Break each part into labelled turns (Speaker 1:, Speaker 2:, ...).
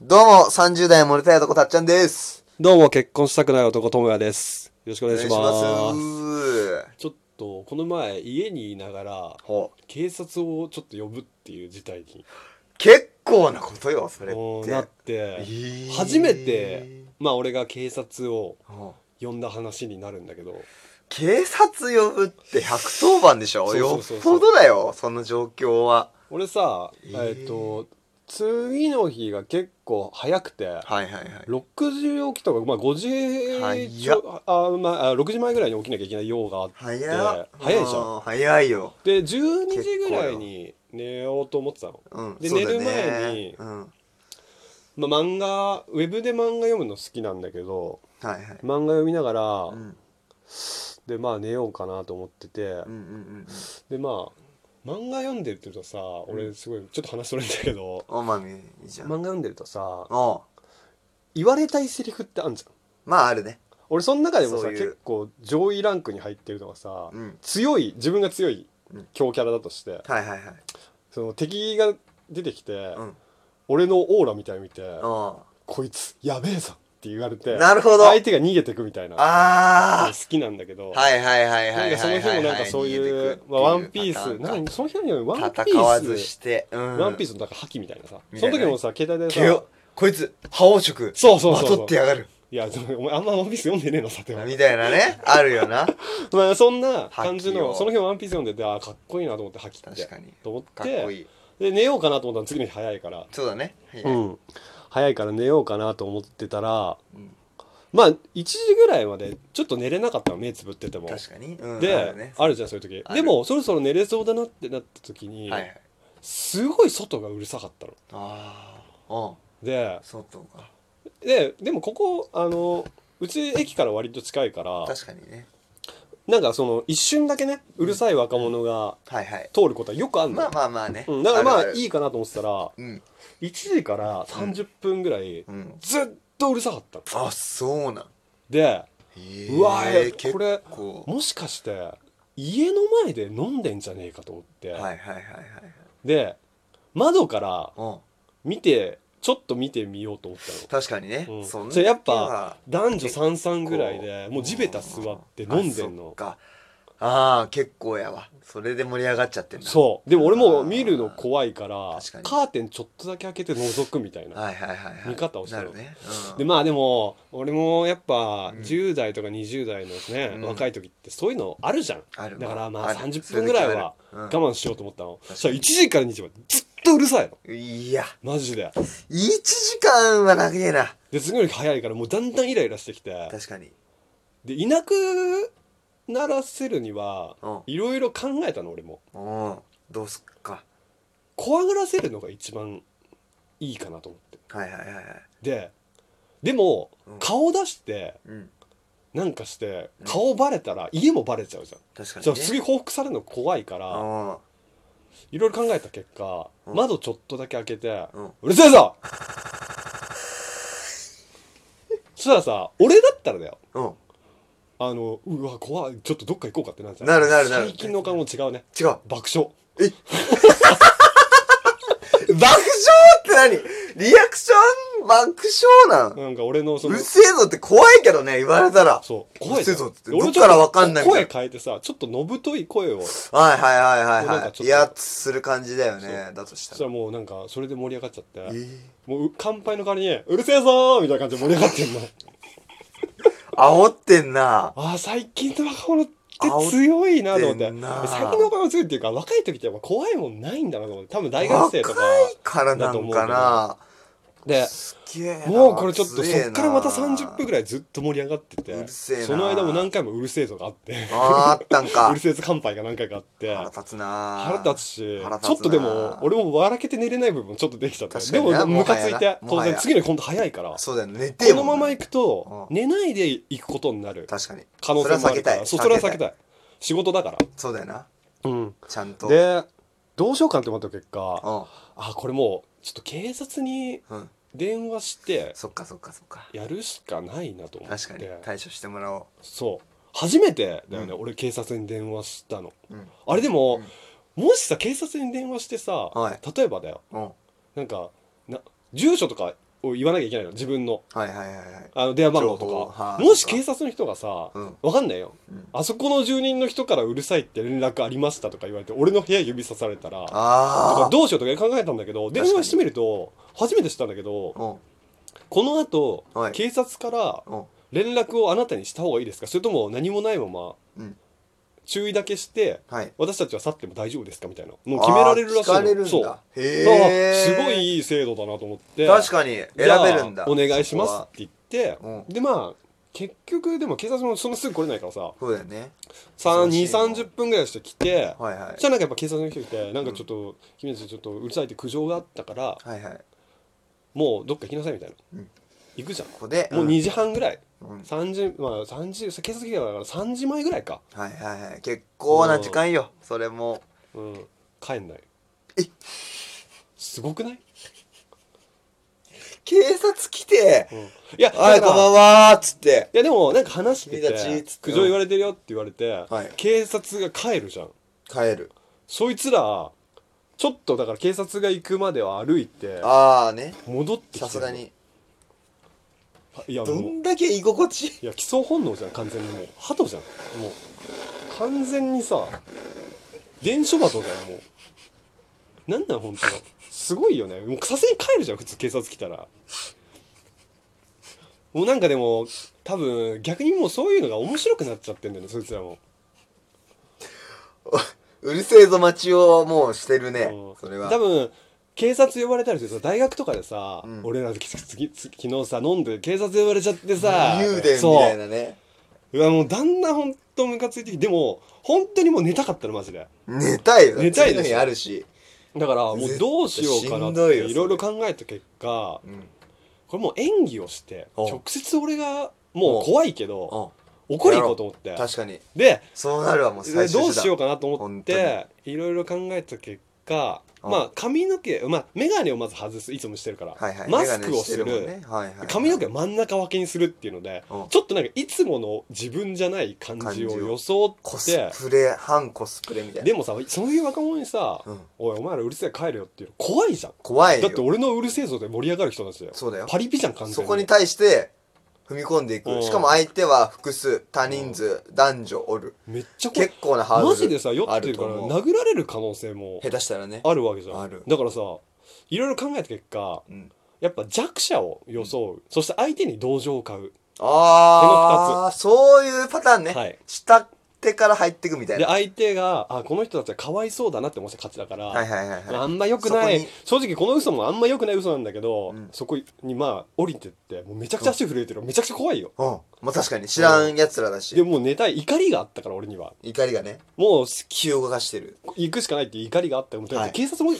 Speaker 1: どうも、30代モルタイ男たっちゃんです。
Speaker 2: どうも、結婚したくない男、ともやです。よろしくお願いします。
Speaker 1: す。
Speaker 2: ちょっと、この前、家にいながら、
Speaker 1: ほう
Speaker 2: 警察をちょっと呼ぶっていう事態に
Speaker 1: 結構なことよ、それ
Speaker 2: お
Speaker 1: っ
Speaker 2: ー
Speaker 1: て。
Speaker 2: なって、
Speaker 1: えー
Speaker 2: 初めて、まあ、俺が警察を
Speaker 1: ほう
Speaker 2: 呼んだ話になるんだけど、
Speaker 1: 警察呼ぶって110番でしょ
Speaker 2: そう
Speaker 1: よ
Speaker 2: そ
Speaker 1: っ
Speaker 2: うそうそう
Speaker 1: ぽどだよ、その状況は。
Speaker 2: 俺さ、え
Speaker 1: ー
Speaker 2: っと、次の日が結構早くて、
Speaker 1: はいはいはい。
Speaker 2: 6時起きとか、まあ、5時ち
Speaker 1: 早っ
Speaker 2: ょあ、まあ、あ6時前ぐらいに起きなきゃいけない用があって、
Speaker 1: 早っ
Speaker 2: 早いじゃん。
Speaker 1: う早いよ。
Speaker 2: で12時ぐらいに寝ようと思ってたの、
Speaker 1: うん、
Speaker 2: で
Speaker 1: そうだね
Speaker 2: 寝る前に
Speaker 1: うん。は
Speaker 2: まあ、漫画ウェブで漫画読むの好きなんだけど
Speaker 1: いはい。
Speaker 2: 漫画読みながら、
Speaker 1: うん
Speaker 2: でまあ寝ようかなと思ってて、
Speaker 1: うんうんうん。
Speaker 2: でまあ漫画読んでるとさ俺すごいちょっと話それんだけど、
Speaker 1: おまみ、いいじゃん。
Speaker 2: 漫画読んでるとさ
Speaker 1: おう
Speaker 2: 言われたいセリフってあんじゃん
Speaker 1: まああるね。
Speaker 2: 俺その中でもさ
Speaker 1: そういう
Speaker 2: 結構上位ランクに入ってるのがさ、
Speaker 1: うん。
Speaker 2: 強い自分が強い
Speaker 1: うん
Speaker 2: 強キャラだとして、
Speaker 1: はいはいはい。
Speaker 2: その敵が出てきて、
Speaker 1: うん。
Speaker 2: 俺のオーラみたいの見て、
Speaker 1: おう
Speaker 2: こいつやべえぞって言われて
Speaker 1: なるほど
Speaker 2: 相手が逃げてくみたいな
Speaker 1: あ
Speaker 2: 好きなんだけど、
Speaker 1: あ。はいはいはいはいは。
Speaker 2: ないんかその日もなんかそういう「まあワンピース」なんかその日にワンピ
Speaker 1: 戦わず
Speaker 2: ース
Speaker 1: して、うん。
Speaker 2: ワンピー
Speaker 1: ス。
Speaker 2: スのなんか覇気みたいなさ
Speaker 1: みた
Speaker 2: そ
Speaker 1: い
Speaker 2: の
Speaker 1: なね
Speaker 2: 時もさ携帯で
Speaker 1: け
Speaker 2: さ
Speaker 1: よ、こいつ、覇王色。
Speaker 2: そうそう
Speaker 1: ま
Speaker 2: そう
Speaker 1: と
Speaker 2: そ
Speaker 1: っ
Speaker 2: う
Speaker 1: てやがる。
Speaker 2: いやでもお前あんま「ワンピース読んでねえのさては
Speaker 1: みたいなね。あるよな。
Speaker 2: まあそんな感じ
Speaker 1: 覇気
Speaker 2: の
Speaker 1: を
Speaker 2: その日も「ワンピース読んでてあーかっこいいなと思って覇気っ
Speaker 1: 確か
Speaker 2: て
Speaker 1: に。
Speaker 2: と思っ
Speaker 1: かっこ
Speaker 2: て
Speaker 1: いい。
Speaker 2: で寝ようかなと思ったら次の日早いから
Speaker 1: そうだね。はいは
Speaker 2: う
Speaker 1: い
Speaker 2: ん早いから寝ようかなと思ってたら
Speaker 1: うん
Speaker 2: まあ1時ぐらいまでちょっと寝れなかったの目つぶってても
Speaker 1: 確かに。うん
Speaker 2: で、
Speaker 1: あ
Speaker 2: あ
Speaker 1: る
Speaker 2: る
Speaker 1: ね
Speaker 2: じゃんそういう時
Speaker 1: ある
Speaker 2: でもそろそろ寝れそうだなってなった時に、
Speaker 1: はいはい。
Speaker 2: すごい外がうるさかったの
Speaker 1: ああ。うん。
Speaker 2: で
Speaker 1: そうとか。
Speaker 2: ででもここあのうち駅から割と近いから
Speaker 1: 確かにね。
Speaker 2: なんかその一瞬だけねうるさい若者が
Speaker 1: はいはい。
Speaker 2: 通ることはよくあるの、
Speaker 1: まあまあまあね。
Speaker 2: うん、だからまあ
Speaker 1: るる
Speaker 2: いいかなと思ってたら
Speaker 1: うん。
Speaker 2: 1時から30分ぐらい
Speaker 1: うん。
Speaker 2: ずっとうるさかったの
Speaker 1: あ、そうなん。
Speaker 2: で
Speaker 1: へー
Speaker 2: うわえ
Speaker 1: 結
Speaker 2: これ
Speaker 1: 構。
Speaker 2: もしかして家の前で飲んでんじゃねえかと思って、
Speaker 1: はいはいはいはいはい。
Speaker 2: で窓から
Speaker 1: うん。
Speaker 2: 見てちょっと見てみようと思ったの
Speaker 1: 確かにね、
Speaker 2: うん
Speaker 1: んな
Speaker 2: それやっぱ
Speaker 1: 日は
Speaker 2: 男女三三ぐらいでもう地べた座って飲んでん
Speaker 1: あそっ
Speaker 2: の
Speaker 1: かああ結構やわそれで盛り上がっちゃってんだ
Speaker 2: そうでも俺もう見るの怖いから
Speaker 1: 確かに
Speaker 2: カーテンちょっとだけ開けて覗くみたいな
Speaker 1: はいはいはい、はい、
Speaker 2: 見方をした
Speaker 1: な
Speaker 2: の
Speaker 1: るね、うん、
Speaker 2: でまあでも俺もやっぱ
Speaker 1: うん
Speaker 2: 10代とか20代のね、
Speaker 1: うん
Speaker 2: 若い時ってそういうのあるじゃん
Speaker 1: ある
Speaker 2: だからまあ
Speaker 1: る
Speaker 2: 30分ぐらいは
Speaker 1: それ
Speaker 2: 我
Speaker 1: で決まる
Speaker 2: 慢しようと思ったの
Speaker 1: かに
Speaker 2: そしたら1時から2時までずっとうるさいの
Speaker 1: うんいや
Speaker 2: マジで
Speaker 1: 1時間は長えな
Speaker 2: で次の日早いからもうだんだんイライラしてきて
Speaker 1: 確かに
Speaker 2: でいなくならせるには
Speaker 1: うん
Speaker 2: いろいろ考えたの俺も
Speaker 1: うんどうすっか
Speaker 2: 怖がらせるのが一番いいかなと思って
Speaker 1: はいはいはいはい
Speaker 2: ででも
Speaker 1: うん
Speaker 2: 顔出して
Speaker 1: うん
Speaker 2: なんかして顔バレたら家もバレちゃうじゃん、
Speaker 1: 確かに、
Speaker 2: じゃ
Speaker 1: ね、
Speaker 2: あ次報復されるの怖いから
Speaker 1: うん
Speaker 2: いろいろ考えた結果、
Speaker 1: うん
Speaker 2: 窓ちょっとだけ開けて「
Speaker 1: う
Speaker 2: うんるせえぞ!」そしたらさ俺だったらだよ
Speaker 1: うん
Speaker 2: あのうわ怖いちょっとどっか行こうかってなるじゃん
Speaker 1: なるなるなる
Speaker 2: 最近の顔も違うね
Speaker 1: 違う爆
Speaker 2: 爆笑
Speaker 1: 笑って何リアクション爆笑なん
Speaker 2: なんか俺のそうの
Speaker 1: っせえぞって怖いけどね言われたら
Speaker 2: そう
Speaker 1: うっ
Speaker 2: 声
Speaker 1: せ
Speaker 2: だ
Speaker 1: えぞ
Speaker 2: よ
Speaker 1: っつってど
Speaker 2: 俺
Speaker 1: っからわかんないみたい
Speaker 2: 声
Speaker 1: な
Speaker 2: 変えてさちょっとのぶとい声をそ
Speaker 1: はいはいはいはい
Speaker 2: もうなん
Speaker 1: は
Speaker 2: かちょっ
Speaker 1: い威
Speaker 2: と
Speaker 1: 圧する感じだよね
Speaker 2: そう
Speaker 1: だとした
Speaker 2: した
Speaker 1: ら
Speaker 2: らもうなんかそれで盛り上がっちゃって、
Speaker 1: えー
Speaker 2: もう乾杯の代わりに「うるせえぞ!」みたいな感じで盛り上がってんの
Speaker 1: 煽ってんな
Speaker 2: ああ最近の若者って強いなと思っ
Speaker 1: 煽
Speaker 2: て
Speaker 1: ってんな
Speaker 2: 最近の若者強いっていうか若い時ってやっぱ怖いもんないんだなと思って多分大学
Speaker 1: 若
Speaker 2: 生とか
Speaker 1: いからなんかな
Speaker 2: です
Speaker 1: げえな
Speaker 2: もうこれちょっとそっからまた
Speaker 1: 強えな
Speaker 2: 30分ぐらいずっと盛り上がってて
Speaker 1: うるせえな
Speaker 2: その間も何回も「うるせえぞ」があって
Speaker 1: あーあったん
Speaker 2: う
Speaker 1: か
Speaker 2: るせえぞ乾杯が何回かあって
Speaker 1: 腹立つな
Speaker 2: 腹立つし
Speaker 1: 腹立つ
Speaker 2: ち
Speaker 1: な
Speaker 2: ょっとでも俺も笑けて寝れない部分もちょっとできちゃった
Speaker 1: 確か
Speaker 2: で
Speaker 1: にな
Speaker 2: もムカついて
Speaker 1: も
Speaker 2: 当
Speaker 1: はや
Speaker 2: 然次の日今度早いからこ
Speaker 1: そうだよね寝てよ
Speaker 2: のまま行くと
Speaker 1: うん
Speaker 2: 寝ないで行くことになる
Speaker 1: 確かに
Speaker 2: 可能性もあ
Speaker 1: それは避
Speaker 2: るか
Speaker 1: けた
Speaker 2: ら
Speaker 1: い
Speaker 2: そうそれは避
Speaker 1: 避け
Speaker 2: け
Speaker 1: た
Speaker 2: たい仕事だから
Speaker 1: そうだよな
Speaker 2: うん
Speaker 1: ちゃんと
Speaker 2: でどうしようかって思った結
Speaker 1: う
Speaker 2: 果
Speaker 1: ん
Speaker 2: あこれもうちょっと警察に
Speaker 1: うん
Speaker 2: 電話して
Speaker 1: そっかそっかそっか
Speaker 2: やるしかないなと思っ
Speaker 1: 確かに
Speaker 2: て
Speaker 1: 対処してもらお
Speaker 2: そう初めてだよね
Speaker 1: う
Speaker 2: 俺警察に電話したの
Speaker 1: ううん
Speaker 2: あれでももしさ警察に電話してさ
Speaker 1: は
Speaker 2: 例えばだよ
Speaker 1: うん
Speaker 2: なんかな住所とかを言わなきゃいけないの自分の
Speaker 1: はいはいはいはい
Speaker 2: あの電話番号
Speaker 1: 情報
Speaker 2: とか
Speaker 1: はい
Speaker 2: もし警察の人がさ、
Speaker 1: うん
Speaker 2: わかんないよ、あそこの住人の人からうるさいって連絡ありましたとか言われて俺の部屋指さされたらだから
Speaker 1: あ
Speaker 2: どうしようとか考えたんだけど電
Speaker 1: 確か
Speaker 2: 話
Speaker 1: に
Speaker 2: してみると初めて知ったんだけど
Speaker 1: あ
Speaker 2: この後、
Speaker 1: はい
Speaker 2: 警察から
Speaker 1: うんうん
Speaker 2: 連絡をあなたにした方がいいですかそれとも何もないまま
Speaker 1: うん
Speaker 2: 注意だけして
Speaker 1: はい
Speaker 2: 私たちは去っても大丈夫ですかみたいなのを決められるらしい
Speaker 1: あー聞か
Speaker 2: の
Speaker 1: れるん
Speaker 2: そうだ
Speaker 1: だ
Speaker 2: か
Speaker 1: へ
Speaker 2: ら
Speaker 1: え
Speaker 2: すごいいい制度だなと思って
Speaker 1: 確かに選
Speaker 2: じゃあ
Speaker 1: べるんだ
Speaker 2: お願いしますって言って、
Speaker 1: そこはうん
Speaker 2: でまあ結局でも警察もそんなすぐ来れないからさ
Speaker 1: そうだよね
Speaker 2: 3 2
Speaker 1: 忙しいな
Speaker 2: 3 0分ぐらいして来て、
Speaker 1: はいはい
Speaker 2: じゃあなんかやっぱ警察の人来てなんかちょっと、君たちちょっとうるさいって苦情があったから
Speaker 1: はいはい
Speaker 2: もうどっか行きなさいみたいな、
Speaker 1: うん
Speaker 2: 行くじゃん
Speaker 1: ここで
Speaker 2: もう2時半ぐらい、
Speaker 1: うんうん
Speaker 2: 3時まあ3時警察来たから3時前ぐらいか、
Speaker 1: はいはいはい結構な時間よそれも
Speaker 2: うん、帰んない
Speaker 1: え
Speaker 2: すごくない、
Speaker 1: 警察来て
Speaker 2: うん、いや
Speaker 1: 「はい
Speaker 2: だ
Speaker 1: こ
Speaker 2: から
Speaker 1: んばんは」っつって
Speaker 2: いやでもなんか話して
Speaker 1: 君たちって
Speaker 2: 苦情言われてるよって言われて、
Speaker 1: はい
Speaker 2: 警察が帰るじゃん
Speaker 1: 帰る
Speaker 2: そいつらちょっとだから警察が行くまでは歩いて
Speaker 1: ああね
Speaker 2: 戻ってきて
Speaker 1: さすがに
Speaker 2: いや
Speaker 1: ど
Speaker 2: もうん
Speaker 1: だけ居心地いい
Speaker 2: いや基礎本能じゃん完全にもう鳩じゃんもう完全にさ伝書鳩じゃんもうなんなん本当すごいよねもうさすがに帰るじゃん普通警察来たらもうなんかでも多分逆にもうそういうのが面白くなっちゃってんだよねそいつらも
Speaker 1: うるせえぞ街をもうしてるね
Speaker 2: うん
Speaker 1: それは
Speaker 2: 多分警察呼ばれたりすると大学とかでさ、
Speaker 1: うん
Speaker 2: 俺らきつきつき昨日さ飲んで警察呼ばれちゃってさ
Speaker 1: 幽霊みたい
Speaker 2: そう
Speaker 1: なね
Speaker 2: うわもうだんだんほんとムカついてきてでも本当にもう寝たかったのマジで
Speaker 1: 寝たいよ
Speaker 2: 寝たいで
Speaker 1: 次
Speaker 2: す
Speaker 1: の日あるし
Speaker 2: だからもうどうしようかな
Speaker 1: 絶対
Speaker 2: っ
Speaker 1: しんどいよそ
Speaker 2: て
Speaker 1: れ
Speaker 2: いろいろ考えた結果
Speaker 1: うん
Speaker 2: これもう演技をして
Speaker 1: お
Speaker 2: 直接俺がもう怖いけど
Speaker 1: う
Speaker 2: 怒りに行こうと思って
Speaker 1: ん確かに
Speaker 2: で
Speaker 1: そうなるわもう
Speaker 2: で
Speaker 1: 最終手段
Speaker 2: どうしようかなと思っ
Speaker 1: 本
Speaker 2: ていろいろ考えた結果
Speaker 1: うん
Speaker 2: まあ髪の毛まあ眼鏡をまず外すいつもしてるから
Speaker 1: はいはい
Speaker 2: マスクをする
Speaker 1: 眼鏡してもんねはいはいはい
Speaker 2: 髪の毛を真ん中分けにするっていうので
Speaker 1: うん
Speaker 2: ちょっとなんかいつもの自分じゃない感じを装
Speaker 1: コ
Speaker 2: っ
Speaker 1: ス
Speaker 2: て
Speaker 1: プレ反コスプレみたいな
Speaker 2: でもさそういう若者にさ
Speaker 1: うん
Speaker 2: 「おいお前らうるせえ帰れよ」っていうの怖いじゃん
Speaker 1: 怖いよ
Speaker 2: だって俺のうるせえぞで盛り上がる人たちだよ
Speaker 1: そうだよ
Speaker 2: パリピじゃん完全
Speaker 1: そこに対して踏み込んでいく、
Speaker 2: うん
Speaker 1: しかも相手は複数多人数、男女おる
Speaker 2: めっちゃ怖い
Speaker 1: 結構なハードル
Speaker 2: マジでさ酔ってるか
Speaker 1: あ
Speaker 2: ら
Speaker 1: と思う
Speaker 2: 殴られる可能性も
Speaker 1: 下手したらね
Speaker 2: あるわけじゃん
Speaker 1: ある
Speaker 2: だからさいろいろ考えた結果
Speaker 1: うん、
Speaker 2: やっぱ弱者を装う、そして相手に同情を買う
Speaker 1: ああそういうパターンね、
Speaker 2: はい
Speaker 1: 下手から入っていくみたい
Speaker 2: で
Speaker 1: な
Speaker 2: 相手があこの人たちはかわいそうだなって思って勝ちだから、
Speaker 1: はいはいはいはい
Speaker 2: あんま良くな
Speaker 1: そ
Speaker 2: い
Speaker 1: こ
Speaker 2: 正直この嘘もあんま良くない嘘なんだけど、
Speaker 1: うん
Speaker 2: そこにまあ降りてってもうめちゃくちゃ足震えてる、めちゃくちゃ怖いよ
Speaker 1: うんまあ確かに知らんやつらだし、
Speaker 2: でもう寝たい怒りがあったから俺には
Speaker 1: 怒りがね
Speaker 2: もう
Speaker 1: 気を動かしてる
Speaker 2: 行くしかないっていう怒りがあったよ
Speaker 1: はい
Speaker 2: 警察も意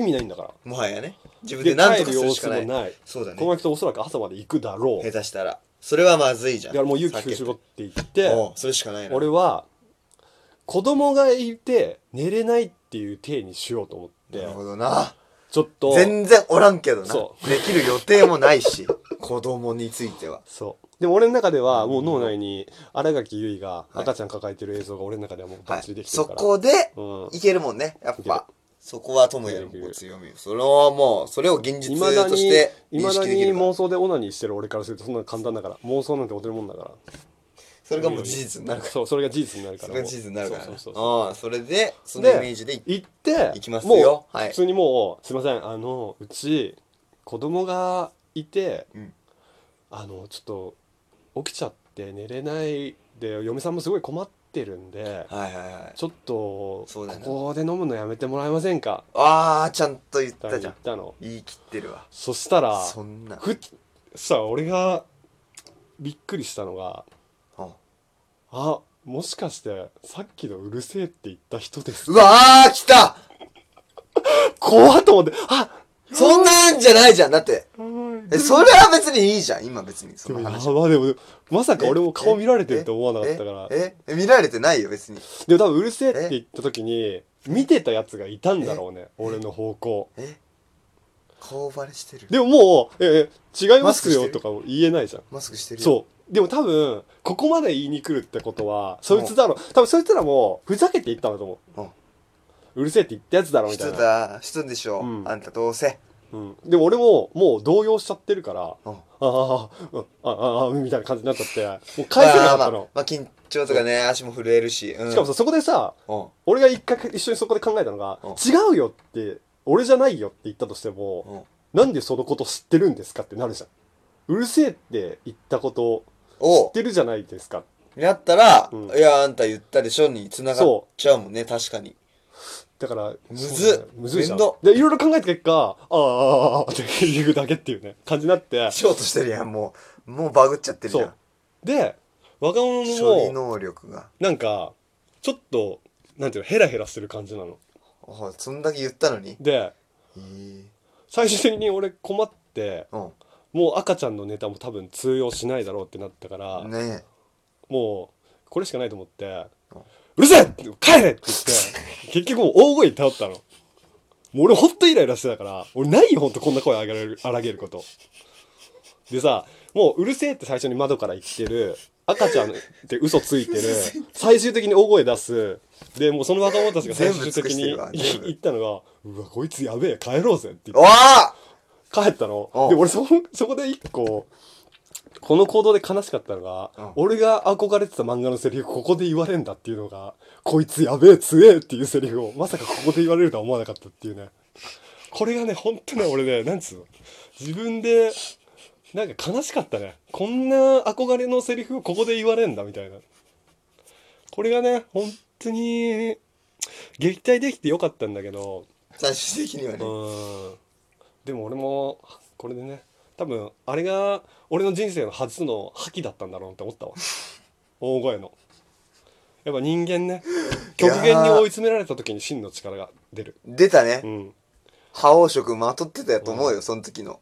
Speaker 2: 味ないんだから
Speaker 1: もはやね自分で何とかするしかない
Speaker 2: 帰る様子もない
Speaker 1: そうだね
Speaker 2: この人おそらく朝まで行くだろう
Speaker 1: 下手したらそれはまずいじゃん
Speaker 2: だからもう勇気絞って行って
Speaker 1: おうそれしかないな
Speaker 2: 俺は子供がいて寝れないっていう体にしようと思って
Speaker 1: なるほどな
Speaker 2: ちょっと
Speaker 1: 全然おらんけどな
Speaker 2: そ
Speaker 1: できる予定もないし 子供については
Speaker 2: そうでも俺の中ではもう脳内に新垣結衣が
Speaker 1: い
Speaker 2: 赤ちゃん抱えてる映像が俺の中ではもうバ
Speaker 1: は
Speaker 2: ッチリで
Speaker 1: い
Speaker 2: きてる
Speaker 1: そ
Speaker 2: から、
Speaker 1: こで
Speaker 2: うん
Speaker 1: いけるもんねやっ
Speaker 2: いける
Speaker 1: ぱそこは友也のご強みよそれはもうそれを現実
Speaker 2: いまだ
Speaker 1: とし
Speaker 2: に
Speaker 1: て
Speaker 2: い
Speaker 1: 認
Speaker 2: まだ
Speaker 1: 識
Speaker 2: に
Speaker 1: できるから
Speaker 2: 妄想でオナニーしてる俺からするとそんなの簡単だから妄想なんてお手のもんだから
Speaker 1: それがもう事実になるから
Speaker 2: そうそれが事実になるか
Speaker 1: そ
Speaker 2: ら
Speaker 1: れが事実になるから
Speaker 2: そ
Speaker 1: ね
Speaker 2: うそうそうそう
Speaker 1: うんそれでその
Speaker 2: で
Speaker 1: イメージでい
Speaker 2: 行って
Speaker 1: 行きます
Speaker 2: もう
Speaker 1: よはい
Speaker 2: 普通にもうすいませんあのうち子供がいて、
Speaker 1: うん
Speaker 2: あのちょっと起きちゃって寝れないで嫁さんもすごい困ってるんで
Speaker 1: はいはいはい
Speaker 2: ちょっとこ
Speaker 1: そうだよね
Speaker 2: こで飲むのやめてもらえませんか
Speaker 1: ああちゃんと言っ
Speaker 2: って
Speaker 1: たじ
Speaker 2: 言
Speaker 1: ゃ
Speaker 2: っ
Speaker 1: ん
Speaker 2: たの
Speaker 1: 言い切ってるわ
Speaker 2: そしたら
Speaker 1: そんな
Speaker 2: ふっさ俺がびっくりしたのが
Speaker 1: うん
Speaker 2: あもしかしてさっきのうるせえって言った人です
Speaker 1: うわー来た
Speaker 2: 怖っと思ってあ
Speaker 1: そんなんじゃないじゃんだって
Speaker 2: うん
Speaker 1: えそれは別にいいじゃん今別にそ
Speaker 2: でも
Speaker 1: の
Speaker 2: やば
Speaker 1: 話
Speaker 2: でもまさか俺も顔見られてると思わなかったから
Speaker 1: えええ見られてないよ別に
Speaker 2: でも多分うるせえって言った時に見てたやつがいたんだろうね俺の方向
Speaker 1: え顔バレしてる
Speaker 2: でももう「ええ違いま
Speaker 1: マスク
Speaker 2: す
Speaker 1: して
Speaker 2: よ」
Speaker 1: る
Speaker 2: とかも言えないじゃん
Speaker 1: マスクしてるよ
Speaker 2: そうでも多分ここまで言いに来るってことはそいつだろ多分そいつらもふざけて言ったんだと思
Speaker 1: うん
Speaker 2: ううるせえって言ったやつだろみ
Speaker 1: した
Speaker 2: い
Speaker 1: て
Speaker 2: な
Speaker 1: たしてんでしょ、
Speaker 2: うん
Speaker 1: あんたどうせ、
Speaker 2: うん、でも俺ももう動揺しちゃってるから
Speaker 1: うん
Speaker 2: ああうんあああみたいな感じになっちゃってもう返
Speaker 1: ま
Speaker 2: せなか
Speaker 1: あ
Speaker 2: っ
Speaker 1: ま
Speaker 2: た
Speaker 1: あ、
Speaker 2: の
Speaker 1: まあ、緊張とかね、足も震えるし。うん、
Speaker 2: しかもさそこでさ
Speaker 1: うん、
Speaker 2: 俺が一回一緒にそこで考えたのが
Speaker 1: うん
Speaker 2: 「違うよ」って「俺じゃないよ」って言ったとしても「なんでそのこと知ってるんですか?」ってなるじゃん。うるせえって言ったこと知っ
Speaker 1: を、
Speaker 2: てるじゃないですか。
Speaker 1: やったら、
Speaker 2: うん
Speaker 1: いや、あんた言ったでしょに繋がっちゃうもんね、確かに。
Speaker 2: だから
Speaker 1: むずっ
Speaker 2: そうだねむずいじゃん
Speaker 1: めんど
Speaker 2: でいろいろ考えた結果ああああああって言うだけっていうね感じにな って
Speaker 1: ショートしてるやん、もう。もうバグっちゃってる
Speaker 2: そ
Speaker 1: じ
Speaker 2: うで若者
Speaker 1: ゃん。処理
Speaker 2: も
Speaker 1: 能力が。
Speaker 2: なんかちょっとなんていうのヘラヘラする感じなの
Speaker 1: おいそんだけ言ったのに。
Speaker 2: で
Speaker 1: えー
Speaker 2: 最終的に俺困って
Speaker 1: う
Speaker 2: もう赤ちゃんのネタも多分通用しないだろうってなったから、
Speaker 1: ん。ね
Speaker 2: もうこれしかないと思って
Speaker 1: うん
Speaker 2: 「うるせえ 帰れ!」って言って結局もう大声に頼ったのもう俺ほんとイライラしてたから俺ないよほんとこんな声荒げる荒げることでさもう「うるせえ」って最初に窓から言ってる赤ちゃんって嘘ついてる最終的に大声出すでもうその若者たちが最終
Speaker 1: 全部
Speaker 2: 的に
Speaker 1: 尽くしてるわ全部
Speaker 2: 言ったのが「うわこいつやべえ帰ろうぜ」って言
Speaker 1: え。お
Speaker 2: って
Speaker 1: ー
Speaker 2: 帰ったの
Speaker 1: うん
Speaker 2: で俺そそこで一個この行動で悲しかったのが、
Speaker 1: うん
Speaker 2: 俺が憧れてた漫画のセリフここで言われんだっていうのが「こいつやべえ強え」っていうセリフをまさかここで言われるとは思わなかったっていうねこれがねほんとね俺ねなんつうの自分でなんか悲しかったねこんな憧れのセリフをここで言われんだみたいなこれがね本当に撃退できてよかったんだけど
Speaker 1: 最終的にはね。
Speaker 2: うんでも俺もこれでね多分あれが俺の人生の初の覇気だったんだろうなって思ったわ大声のやっぱ人間ね極限に追い詰められた時に真の力が出る
Speaker 1: 出たね
Speaker 2: う。ん
Speaker 1: 覇王色まとってたやと思うよ、その時の。